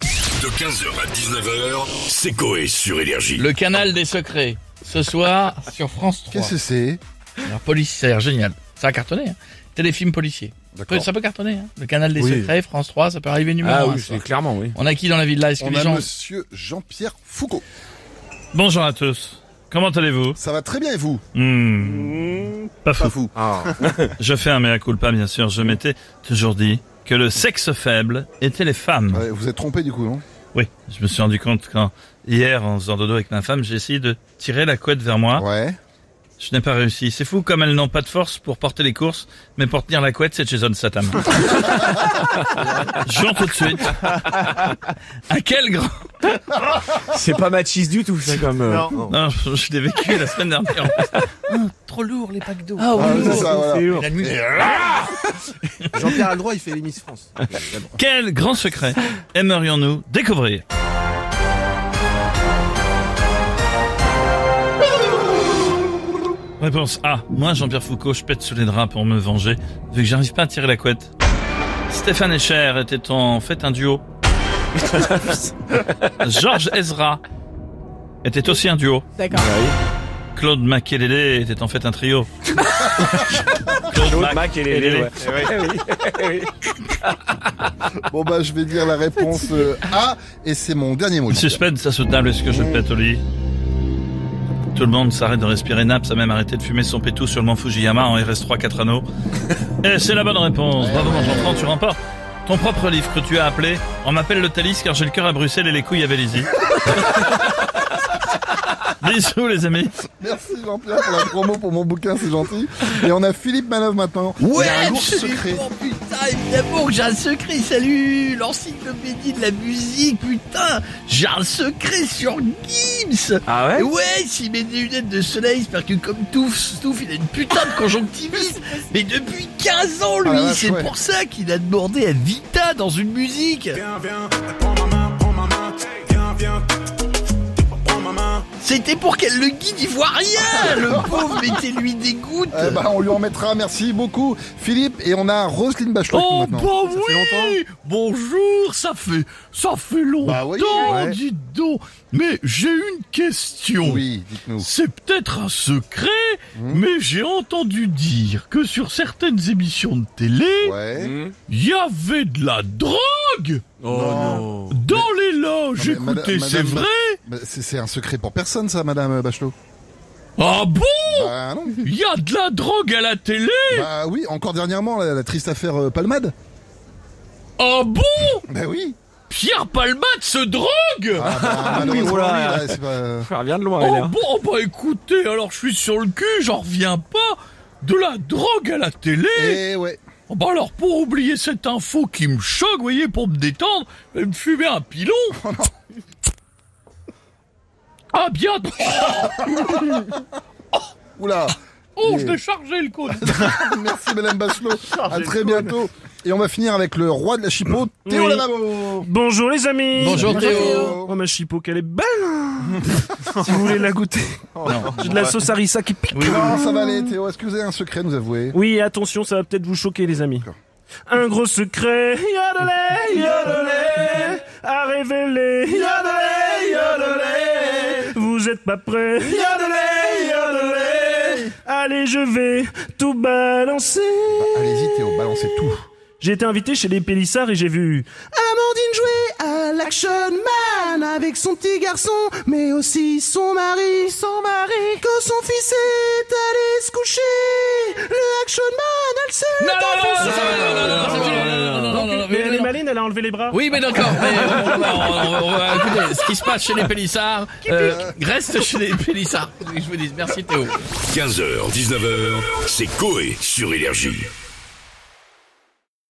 De 15h à 19h, c'est Coé sur Énergie. Le canal des secrets. Ce soir, sur France 3. Qu'est-ce que c'est Alors, police, ça a l'air génial. Ça a cartonné, hein. Téléfilm policier. D'accord. Ça peut cartonner, hein. Le canal des Oui. Ah secrets, France 3, ça peut arriver numéro un, ça. clairement, oui. On a qui dans la ville là Est-ce que On les a gens... monsieur Jean-Pierre Foucault. Bonjour à tous. Comment allez-vous Ça va très bien et vous Ah. Hmm, Pas Pas fou. fou. Je fais un mea culpa, bien sûr. Je m'étais toujours dit que le sexe faible était les femmes. Ouais, vous êtes trompé du coup, non Oui, je me suis rendu compte quand, hier, en faisant dodo avec ma femme, j'ai essayé de tirer la couette vers Ah. moi. Ouais. Je n'ai pas réussi. C'est fou comme elles n'ont pas de force pour porter les courses, mais pour tenir la couette, c'est chez Zone Satan. Jean, tout de suite. À Ah, quel grand... C'est pas machiste du tout, ça, comme. euh, Non, je l'ai vécu la semaine dernière. Trop lourd, les packs d'eau. Ah, c'est ça, voilà. La nuit, Jean-Pierre Aldroy, il fait les Miss France. Quel grand secret aimerions-nous découvrir Réponse A. Moi, Jean-Pierre Foucault, je pète sous les draps pour me venger, vu que j'arrive pas à tirer la couette. Stéphane Escher était en fait un duo. Georges Ezra était aussi un duo. D'accord. Claude Makelele était en fait un trio. Claude Claude Mac et les- Eh Makelele. ouais. Bon bah je vais dire la réponse euh, A et c'est mon dernier mot. Le suspense insoutenable, est-ce que je pète au lit Tout le monde s'arrête de respirer Naps a même arrêté de fumer son pétou sur le mont Fujiyama en RS3 4 anneaux. Et c'est la bonne réponse. Bravo mon Jean-Franc, tu remportes ton propre livre que tu as appelé On m'appelle le Thalys car j'ai le cœur à Bruxelles et les couilles à Vélizy. Bisous les amis. Merci Jean-Pierre pour la promo pour mon bouquin, c'est gentil. Et on a Philippe Manœuvre maintenant. Ouais, Il a un lourd absolument, secret. Oh, putain, évidemment que j'ai un secret, salut L'encyclopédie de la musique, putain J'ai un secret sur Gibbs Ah ouais Et Ouais, s'il met des lunettes de soleil, c'est parce que comme Touf, Stouff, il a une putain de conjonctivite Mais depuis 15 ans, lui, Ah la vache, c'est ouais. pour ça qu'il a demandé à Vita dans une musique Viens, viens, prends ma main, prends ma main. Viens, viens, prends ma main. C'était pour qu'elle le guide ivoirien Le pauvre, mettez-lui des gouttes Eh bah, on lui en mettra, merci beaucoup Philippe. Et on a Roselyne Bachelot Oh maintenant. bah Ça fait longtemps. oui Bonjour, ça fait ça fait longtemps, Bah oui, ouais. dites donc. Mais j'ai une question. Oui, Hum. dites-nous. C'est peut-être un secret, mais j'ai entendu dire que sur certaines émissions de télé, Ouais. il y avait de la drogue dans les loges. Non, mais Écoutez, madame- c'est madame- vrai Bah, c'est c'est un secret pour personne ça, Madame Bachelot. Ah bon Bah non. Il y a de la drogue à la télé Bah oui, encore dernièrement la, la triste affaire euh, Palmade. Ah bon Bah oui. Pierre Palmade se drogue Ah bah, malheureusement, oui, voilà. oui, là, c'est pas- euh, Ça revient de loin, elle, Oh hein. bon, oh, bah écoutez, alors je suis sur le cul, j'en reviens pas. De la drogue à la télé Eh ouais. Oh, Bah alors pour oublier cette info qui me choque, vous voyez, pour me détendre, je vais me fumer un pilon. ah bien Oula. Oh, je Mais- l'ai chargé le code Merci Madame Bachelot. à très bientôt. Et on va finir avec le roi de la chipo, Théo Oui. Lavabo. Bonjour les amis Bonjour, Théo. Oh ma chipo qu'elle est belle hein. Si vous voulez la goûter J'ai de la sauce harissa qui pique Non, ça va aller, Théo. Est-ce que vous avez un secret à nous avouer Oui et attention ça va peut-être vous choquer les amis D'accord. Un gros secret Yodelé Yodelé À révéler Yodelé Yodelé Vous êtes pas prêts Yodelé Yodelé Allez je vais tout balancer Allez-y, Bah, Théo, balancez tout. J'ai été invité chez les Pélissards et j'ai vu Amandine jouer à l'Action Man avec son petit garçon, mais aussi son mari. Son mari. Quand son fils est allé se coucher, le Action Man, elle s'est enfoncée. Mais elle est maline, elle a enlevé les bras. Oui, mais d'accord. mais, euh, on va- on va- on va- Écoutez, ce qui se passe chez les Pélissards euh, reste chez les Pélissards. Je vous dis merci Théo. 15h, 19h, c'est Coé sur Énergie.